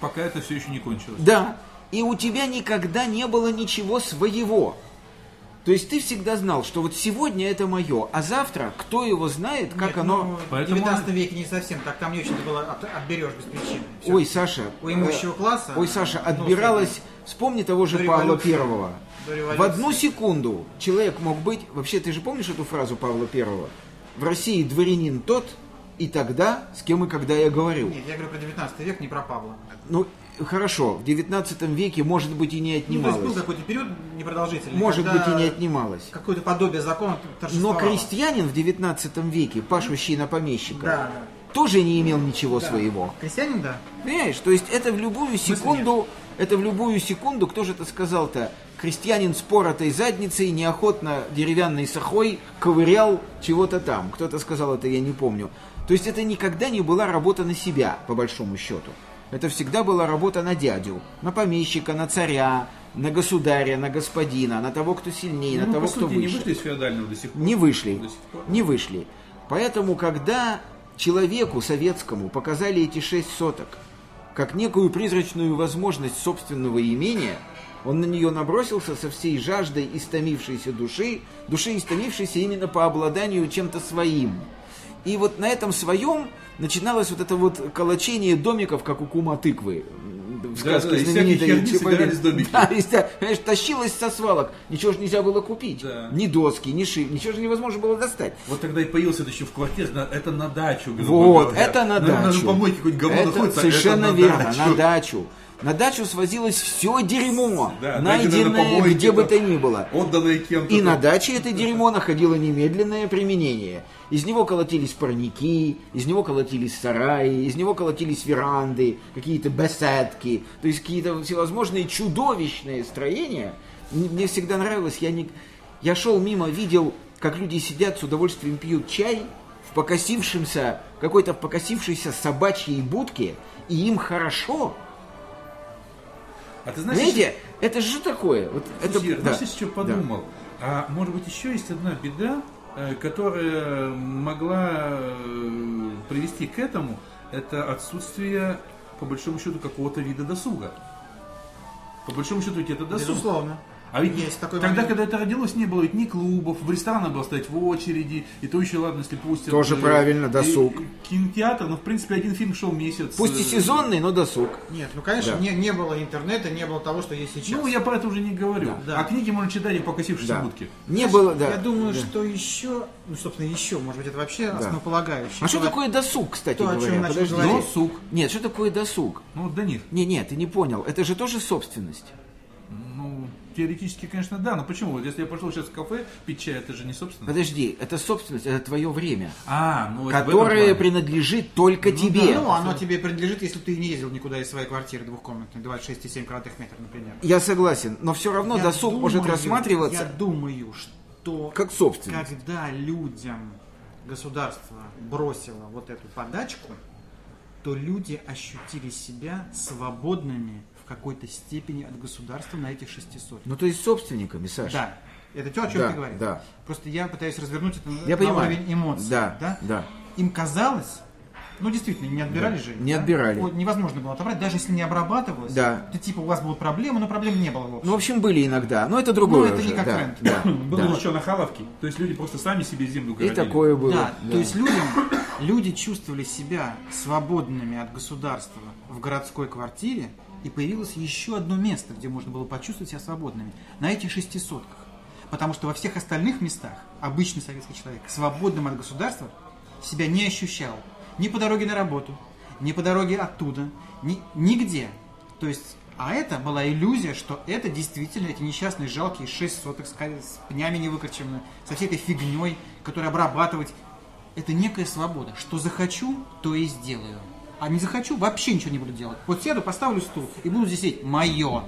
Speaker 2: Пока это все еще не кончилось.
Speaker 4: Да. И у тебя никогда не было ничего своего. То есть ты всегда знал, что вот сегодня это мое, а завтра кто его знает, как
Speaker 3: Нет,
Speaker 4: оно...
Speaker 3: ну,
Speaker 2: Поэтому-
Speaker 3: В 19 веке не совсем. Так там не очень-то было от- отберешь без причины. Всё.
Speaker 4: Ой, Саша.
Speaker 3: У имущего
Speaker 4: э,
Speaker 3: класса,
Speaker 4: Ой, Саша,
Speaker 3: ну,
Speaker 4: отбиралось. Вспомни того же
Speaker 3: до
Speaker 4: Павла
Speaker 3: революции.
Speaker 4: Первого.
Speaker 3: До революции.
Speaker 4: В одну секунду человек мог быть. Вообще, ты же помнишь эту фразу Павла Первого? В России дворянин тот и тогда, с кем и когда я говорю.
Speaker 3: Нет, я говорю про 19 век, не про Павла.
Speaker 4: Ну, хорошо, в 19 веке, может быть, и
Speaker 3: Ну,
Speaker 4: не
Speaker 3: то есть был
Speaker 4: отнималось.
Speaker 3: какой-то период непродолжительный.
Speaker 4: может
Speaker 3: когда
Speaker 4: быть, и не отнималось.
Speaker 3: Какое-то подобие закона
Speaker 4: Но
Speaker 3: торжествовало.
Speaker 4: крестьянин в 19 веке, пашущий на помещика,
Speaker 3: Да,
Speaker 4: тоже не имел ничего своего.
Speaker 3: Крестьянин, да?
Speaker 4: Понимаешь? То есть это в любую секунду, это в любую секунду, кто же это сказал-то? Крестьянин с поротой задницей неохотно деревянной сахой ковырял чего-то там. Кто-то сказал это, я не помню. То есть это никогда не была работа на себя, по большому счету. Это всегда была работа на дядю, на помещика, на царя, на государя, на господина, на того, кто сильнее,
Speaker 2: Ну,
Speaker 4: на
Speaker 2: мы,
Speaker 4: того,
Speaker 2: по
Speaker 4: кто
Speaker 2: сути, не
Speaker 4: выше.
Speaker 2: вышли из феодального до сих пор.
Speaker 4: Не вышли.
Speaker 2: До сих пор.
Speaker 4: Не вышли. Поэтому, когда человеку советскому показали эти шесть соток как некую призрачную возможность собственного имения, он на нее набросился со всей жаждой истомившейся души, души истомившейся именно по обладанию чем-то своим. И вот на этом своем начиналось вот это вот колочение домиков, как у кума тыквы. м, В
Speaker 2: Да-да,
Speaker 4: сказке
Speaker 2: из всякой
Speaker 4: знаменитой
Speaker 2: херни
Speaker 4: Чапаева.
Speaker 2: собирались домики.
Speaker 4: Да, из- да, понимаешь, тащилось э, со свалок, ничего же нельзя было купить.
Speaker 2: Да.
Speaker 4: Ни доски, ни шип, ничего же невозможно было достать.
Speaker 2: Вот тогда и появился это еще в квартире, на- это на дачу, грубо
Speaker 4: Вот,
Speaker 2: говоря.
Speaker 4: это на
Speaker 2: Ну, Надо-
Speaker 4: дачу.
Speaker 2: Надо помойки какой-нибудь говно
Speaker 4: Это
Speaker 2: находится, а это
Speaker 4: совершенно
Speaker 2: на
Speaker 4: верно,
Speaker 2: дачу.
Speaker 4: на дачу. На дачу свозилось все дерьмо,
Speaker 2: Да, найденное на
Speaker 4: найденное
Speaker 2: помойке,
Speaker 4: где бы
Speaker 2: да.
Speaker 4: то ни было.
Speaker 2: Отданное кем-то.
Speaker 4: И на даче это дерьмо находило немедленное применение. Из него колотились парники, из него колотились сараи, из него колотились веранды, какие-то беседки, то есть какие-то всевозможные чудовищные строения. М- Мне всегда нравилось, я, не... я шел мимо, видел, как люди сидят с удовольствием пьют чай в покосившемся, какой-то в покосившейся собачьей будке, и им хорошо.
Speaker 2: А ты знаешь,
Speaker 4: Знаете, это же такое. Вот это,
Speaker 2: Слушай, Ир,
Speaker 4: да.
Speaker 2: знаешь, я еще подумал. А может быть еще есть одна беда, э, которая могла э, привести к этому, это отсутствие, по большому счету, какого-то вида досуга. По большому счету, ведь это досуг.
Speaker 3: Безусловно.
Speaker 2: А ведь
Speaker 3: ну, Есть такой
Speaker 2: тогда,
Speaker 3: момент.
Speaker 2: когда это родилось, не было ведь ни клубов, в ресторан было стоять в очереди, и то еще, ладно, если пустят.
Speaker 4: Тоже
Speaker 2: э,
Speaker 4: правильно,
Speaker 2: и-
Speaker 4: досуг.
Speaker 2: и Кинотеатр, ну, в принципе, один фильм шел месяц.
Speaker 4: Пусть и
Speaker 2: э,
Speaker 4: сезонный, но досуг.
Speaker 3: Нет, ну конечно,
Speaker 4: Да.
Speaker 3: не, не было интернета, не было того, что есть сейчас.
Speaker 2: Ну, я про это уже не говорю.
Speaker 3: Да.
Speaker 2: А книги можно читать и в покосившейся будке.
Speaker 4: Не было, да.
Speaker 3: Я думаю, что еще, ну, собственно, еще, может быть, это вообще основополагающее.
Speaker 4: А что
Speaker 3: То,
Speaker 4: такое досуг, кстати
Speaker 3: то, о чем
Speaker 4: говоря?
Speaker 3: начал
Speaker 4: Подожди.
Speaker 3: говорить.
Speaker 2: Досуг.
Speaker 4: Нет, что такое досуг?
Speaker 2: Ну, вот до них.
Speaker 4: Не-не, ты не понял. Это же тоже собственность.
Speaker 2: Ну, теоретически, конечно, да, но почему? Вот если я пошел сейчас в кафе пить чай, это же не собственно.
Speaker 4: Подожди, это собственность, это твое время,
Speaker 2: А, ну это в этом плане.
Speaker 4: которое принадлежит только тебе.
Speaker 3: Ну, оно тебе принадлежит, если ты не ездил никуда из своей квартиры двухкомнатной, 26,7 квадратных метров, например.
Speaker 4: Я согласен, но все равно
Speaker 3: Я
Speaker 4: досуг
Speaker 3: думаю,
Speaker 4: может
Speaker 3: Я
Speaker 4: рассматриваться
Speaker 3: думаю, что
Speaker 4: как собственность.
Speaker 3: когда людям государство бросило вот эту подачку, то люди ощутили себя свободными в какой-то степени от государства на этих 600.
Speaker 4: Ну то есть собственниками, Саша.
Speaker 3: Да. Это то, о чем
Speaker 4: Да,
Speaker 3: ты говоришь.
Speaker 4: да.
Speaker 3: Просто я пытаюсь развернуть это на
Speaker 4: Я понимаю.
Speaker 3: уровень эмоций.
Speaker 4: Да,
Speaker 3: да?
Speaker 4: да.
Speaker 3: Им казалось, ну действительно, не отбирали же.
Speaker 4: не отбирали.
Speaker 3: Вот невозможно было отобрать, даже если не обрабатывалось.
Speaker 4: Да.
Speaker 3: То типа у вас была проблема, но проблем не было вовсе.
Speaker 4: Ну, в общем, были иногда, но это
Speaker 3: Ну,
Speaker 4: другое
Speaker 3: это
Speaker 4: уже,
Speaker 3: не как
Speaker 4: да,
Speaker 3: тренд.
Speaker 4: да,
Speaker 2: Было
Speaker 4: да.
Speaker 2: же еще на халавке. То есть люди просто сами себе землю
Speaker 4: И
Speaker 2: городили.
Speaker 4: такое было.
Speaker 3: Да,
Speaker 4: да.
Speaker 3: то есть людям, люди чувствовали себя свободными от государства в городской квартире, и появилось еще одно место, где можно было почувствовать себя свободными, на этих шестисотках. Потому что во всех остальных местах обычный советский человек, свободным от государства, себя не ощущал. Ни по дороге на работу, ни по дороге оттуда, ни, нигде. То есть, а это была иллюзия, что это действительно эти несчастные жалкие шесть соток с, ка- с пнями невыкорчеваны, со всей этой фигней, которую обрабатывать. Это некая свобода. Что захочу, то и сделаю. А не захочу, вообще ничего не буду делать. Вот сяду, поставлю стул и буду здесь сидеть. Мое.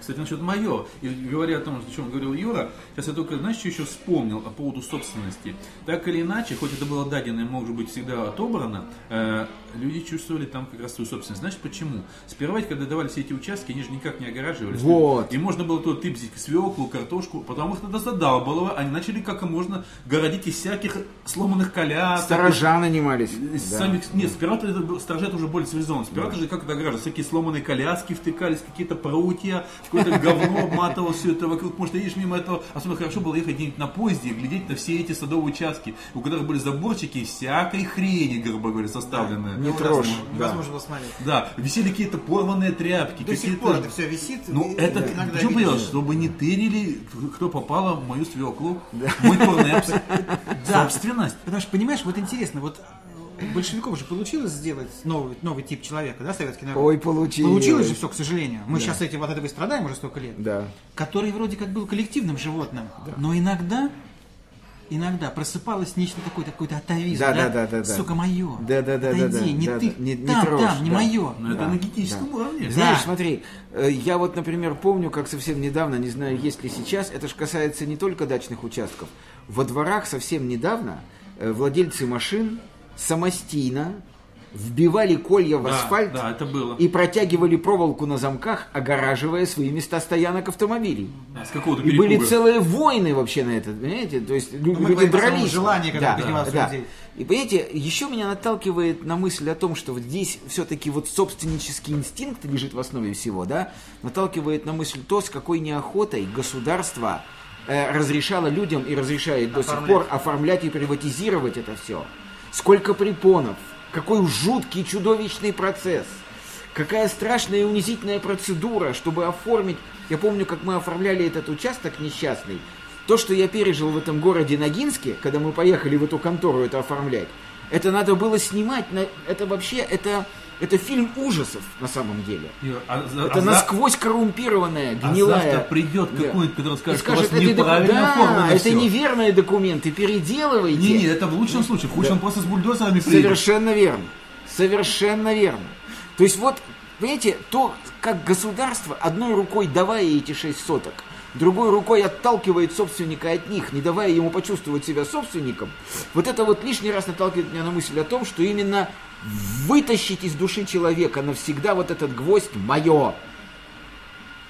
Speaker 2: Кстати, насчет мое, и говоря о том, о чем говорил Юра, сейчас я только, знаешь, что еще вспомнил по поводу собственности. Так или иначе, хоть это было дадено и, может быть, всегда отобрано, э, люди чувствовали там как раз свою собственность. Знаешь почему? Сперва, ведь, когда давали все эти участки, они же никак не огораживались.
Speaker 4: Вот.
Speaker 2: И можно было тут тыбзить свеклу, картошку, потом их тогда задалбало, они начали как и можно городить из всяких сломанных колясок,
Speaker 4: Сторожа нанимались.
Speaker 2: Из
Speaker 4: да.
Speaker 2: самих- нет, сперва это был- сторожа это уже более цивилизованно. Сперва это же как это ограждали, всякие сломанные коляски втыкались, какие-то прутья, какое-то говно обматывало все это вокруг. Потому что едешь мимо этого, особенно хорошо было ехать где-нибудь на поезде и глядеть на все эти садовые участки, у которых были заборчики и всякой хрени, грубо говоря, составленные.
Speaker 4: Не
Speaker 2: Да.
Speaker 4: трожь.
Speaker 3: Невозможно было смотреть.
Speaker 2: Да, висели какие-то порванные тряпки.
Speaker 3: До сих
Speaker 2: какие-то-
Speaker 3: пор это все висит.
Speaker 2: ну,
Speaker 3: и
Speaker 2: это,
Speaker 3: иногда
Speaker 2: в чем
Speaker 3: видишь.
Speaker 2: дело, чтобы не тырили, кто попало в мою свеклу, мой турнепс,
Speaker 3: Да.
Speaker 2: собственность.
Speaker 3: Потому что, понимаешь, вот интересно, вот э, у большевиков же получилось сделать новый, новый тип человека, да, советский народ?
Speaker 4: Ой, получилось.
Speaker 3: Получилось же все, к сожалению. Мы сейчас этим, вот этого и страдаем уже столько лет.
Speaker 4: Да.
Speaker 3: Который вроде как был коллективным животным, но иногда, иногда просыпалось нечто такое, какой-то атовизм.
Speaker 4: Да, да, да, да, да.
Speaker 3: Сука, мое.
Speaker 4: Да, да, да, да, да,
Speaker 3: не
Speaker 4: да,
Speaker 3: ты,
Speaker 4: да. Не- не
Speaker 3: там,
Speaker 4: трожь,
Speaker 3: там, не
Speaker 4: да. Ну,
Speaker 3: мое.
Speaker 2: Но ну, это на генетическом уровне.
Speaker 4: Знаешь,
Speaker 3: Да.
Speaker 4: смотри, э, я вот, например, помню, как совсем недавно, не знаю, есть ли сейчас, это же касается не только дачных участков. Во дворах совсем недавно э, владельцы машин самостийно вбивали колья в
Speaker 2: Да,
Speaker 4: асфальт
Speaker 2: да, это было.
Speaker 4: и протягивали проволоку на замках, огораживая свои места стоянок автомобилей.
Speaker 2: Да, С какого-то
Speaker 4: И были
Speaker 2: перепуга.
Speaker 4: целые войны вообще на это, понимаете? То есть лю-
Speaker 3: А мы
Speaker 4: люди
Speaker 3: говорим о самом
Speaker 4: дрались.
Speaker 3: желании, которое
Speaker 4: Да,
Speaker 3: поднималось у
Speaker 4: да.
Speaker 3: людей.
Speaker 4: И понимаете, еще меня наталкивает на мысль о том, что вот здесь все-таки вот собственнический инстинкт лежит в основе всего, да? Наталкивает на мысль то, с какой неохотой государство э, разрешало людям и разрешает до сих
Speaker 3: Оформлять.
Speaker 4: пор оформлять и приватизировать это все. Сколько препонов, какой жуткий чудовищный процесс. Какая страшная и унизительная процедура, чтобы оформить... Я помню, как мы оформляли этот участок несчастный. То, что я пережил в этом городе Ногинске, когда мы поехали в эту контору это оформлять, это надо было снимать. на- Это вообще, это, это фильм ужасов на самом деле.
Speaker 2: Юра, а за-
Speaker 4: Это
Speaker 2: а за-
Speaker 4: насквозь коррумпированная,
Speaker 2: а
Speaker 4: гнилая.
Speaker 2: завтра придет
Speaker 4: Да.
Speaker 2: какой-нибудь, который
Speaker 4: И
Speaker 2: скажет,
Speaker 4: скажет,
Speaker 2: что у вас
Speaker 4: это, доку-
Speaker 2: неправильно
Speaker 4: да,
Speaker 2: оформлено
Speaker 4: это
Speaker 2: всё».
Speaker 4: неверные документы, переделывайте.
Speaker 2: Не, не, это в лучшем случае. В худшем просто с бульдозерами приедет.
Speaker 4: Совершенно верно. Совершенно верно. То есть вот, понимаете, то, как государство одной рукой давая эти шесть соток, другой рукой отталкивает собственника от них, не давая ему почувствовать себя собственником, вот это вот лишний раз наталкивает меня на мысль о том, что именно вытащить из души человека навсегда вот этот гвоздь «моё».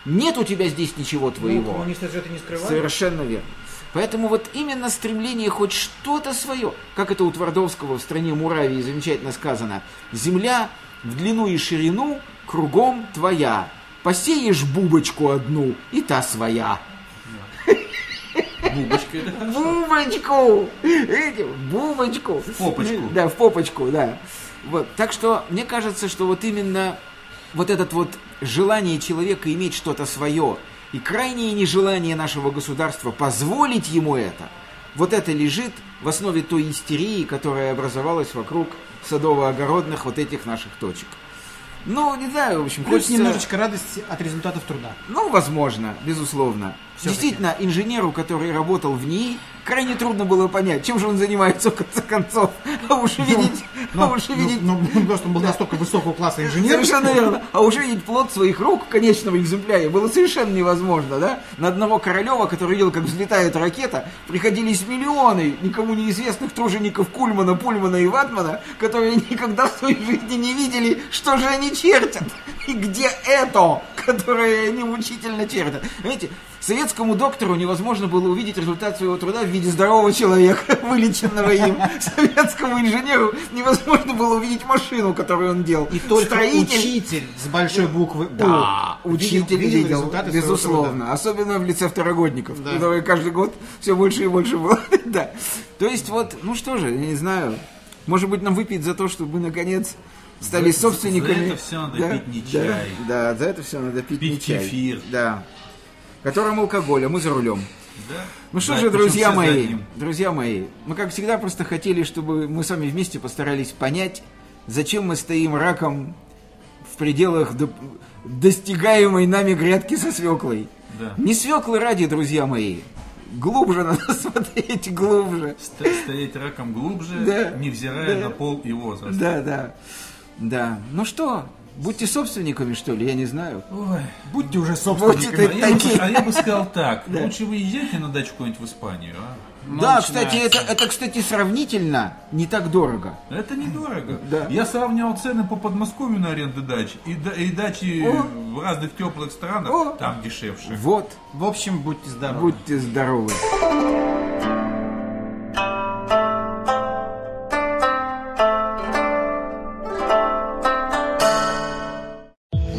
Speaker 4: Нет у тебя здесь ничего твоего.
Speaker 3: Ну, коммунисты же это не скрывали.
Speaker 4: Совершенно верно. Поэтому вот именно стремление хоть что-то свое, как это у Твардовского в «Стране муравьи» замечательно сказано, «Земля в длину и ширину кругом твоя, посеешь бубочку одну, и та своя».
Speaker 2: Бубочка, это хорошо.
Speaker 4: Бубочку! Видите, бубочку! В
Speaker 2: попочку.
Speaker 4: Да, в попочку, да. Вот. Так что мне кажется, что вот именно вот этот вот желание человека иметь что-то свое и крайнее нежелание нашего государства позволить ему это, вот это лежит в основе той истерии, которая образовалась вокруг садово-огородных вот этих наших точек. Ну, не знаю, в общем,
Speaker 3: Плюс
Speaker 4: хочется...
Speaker 3: немножечко радости от результатов труда.
Speaker 4: Ну, возможно, безусловно.
Speaker 3: Всё-таки.
Speaker 4: Действительно, инженеру, который работал в НИИ, крайне трудно было понять, чем же он занимается в конце концов. А уж видеть, а
Speaker 3: Но,
Speaker 4: уж
Speaker 3: ну,
Speaker 4: видеть,
Speaker 3: ну, потому что он был настолько высокого класса инженер,
Speaker 4: совершенно верно, а уж видеть плод своих рук конечного экземпляре было совершенно невозможно, да? На одного Королева, который видел, как взлетает ракета, приходились миллионы никому неизвестных тружеников Кульмана, Пульмана и Ватмана, которые никогда в своей жизни не видели, что же они чертят и где это, которое они мучительно чертят. Знаете, советскому доктору невозможно было увидеть результат своего труда в виде здорового человека, вылеченного им. Советскому инженеру невозможно было увидеть машину, которую он делал.
Speaker 3: и только
Speaker 4: Строитель-
Speaker 3: учитель с большой буквы
Speaker 2: А,
Speaker 4: Да,
Speaker 3: «У»
Speaker 4: А, учитель видел,
Speaker 3: результаты своего труда.
Speaker 4: безусловно, особенно в лице второгодников,
Speaker 3: Да.
Speaker 4: которые каждый год все больше и больше было. да. То есть вот, ну что же, я не знаю, может быть нам выпить за то, что мы наконец стали
Speaker 2: За-
Speaker 4: собственниками.
Speaker 2: за это всё надо пить не
Speaker 4: да,
Speaker 2: чай.
Speaker 4: Да, за это все надо пить, не
Speaker 2: Пить
Speaker 4: чай.
Speaker 2: кефир.
Speaker 4: Да. Которым алкоголь, а мы за рулем.
Speaker 2: Да?
Speaker 4: Ну что
Speaker 2: Да,
Speaker 4: же,
Speaker 2: причем
Speaker 4: друзья
Speaker 2: все за
Speaker 4: мои,
Speaker 2: одним.
Speaker 4: друзья мои, мы как всегда просто хотели, чтобы мы с вами вместе постарались понять, зачем мы стоим раком в пределах доп- достигаемой нами грядки со свеклой.
Speaker 2: Да.
Speaker 4: Не свеклы ради, друзья мои. Глубже надо смотреть, глубже.
Speaker 2: Ст- Стоять раком глубже,
Speaker 4: Да.
Speaker 2: невзирая
Speaker 4: Да.
Speaker 2: на пол и возраст.
Speaker 4: Да, да, да. Ну что, будьте собственниками, что ли, я не знаю.
Speaker 2: Ой.
Speaker 3: Будьте уже
Speaker 4: Вот это-
Speaker 2: А я, бы,
Speaker 4: Такие.
Speaker 2: а я бы сказал так, лучше вы езжайте на дачу куда-нибудь в Испанию, а?
Speaker 4: да,
Speaker 3: начинается.
Speaker 4: кстати, это, это, кстати, сравнительно не так дорого.
Speaker 2: Это недорого.
Speaker 4: Да.
Speaker 2: Я сравнивал цены по Подмосковью на аренду дач и, да- и дачи
Speaker 4: О.
Speaker 2: в разных теплых странах,
Speaker 4: О.
Speaker 2: там дешевше.
Speaker 4: Вот,
Speaker 3: В общем, будьте здоровы.
Speaker 4: будьте здоровы.